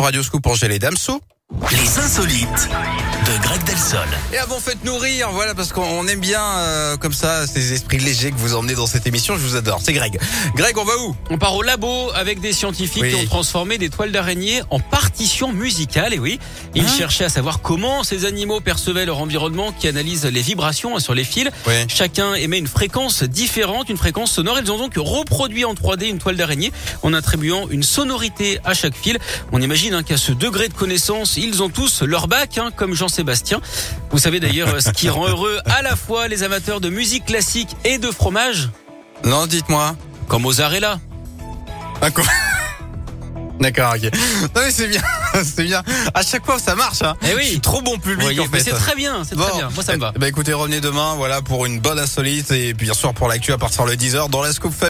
Radio Scoop Angèle Damso. Les insolites de Greg Delsol. Et avant, faites nourrir, voilà, parce qu'on aime bien euh, comme ça ces esprits légers que vous emmenez dans cette émission. Je vous adore. C'est Greg. Greg, on va où On part au labo avec des scientifiques Oui. qui ont transformé des toiles d'araignée en partitions musicales. Et oui, ils Hein cherchaient à savoir comment ces animaux percevaient leur environnement, qui analyse les vibrations sur les fils. Oui. Chacun émet une fréquence différente, une fréquence sonore. Ils ont donc reproduit en 3D une toile d'araignée en attribuant une sonorité à chaque fil. On imagine hein, qu'à ce degré de connaissance, ils ont tous leur bac, hein, comme Jean-Sébastien. Vous savez d'ailleurs euh, ce qui rend heureux à la fois les amateurs de musique classique et de fromage, Non, dites-moi. comme Mozart est là. Ah, quoi D'accord, ok. Non, mais c'est bien. C'est bien. À chaque fois, ça marche. Hein. Eh oui. Je suis trop bon public, Voyez, en mais fait. c'est très bien, c'est Bon. très bien. Moi, ça me va. Eh ben, écoutez, revenez demain, voilà, pour une bonne insolite et bien sûr pour l'actu à partir le 10h dans la Scoop Family.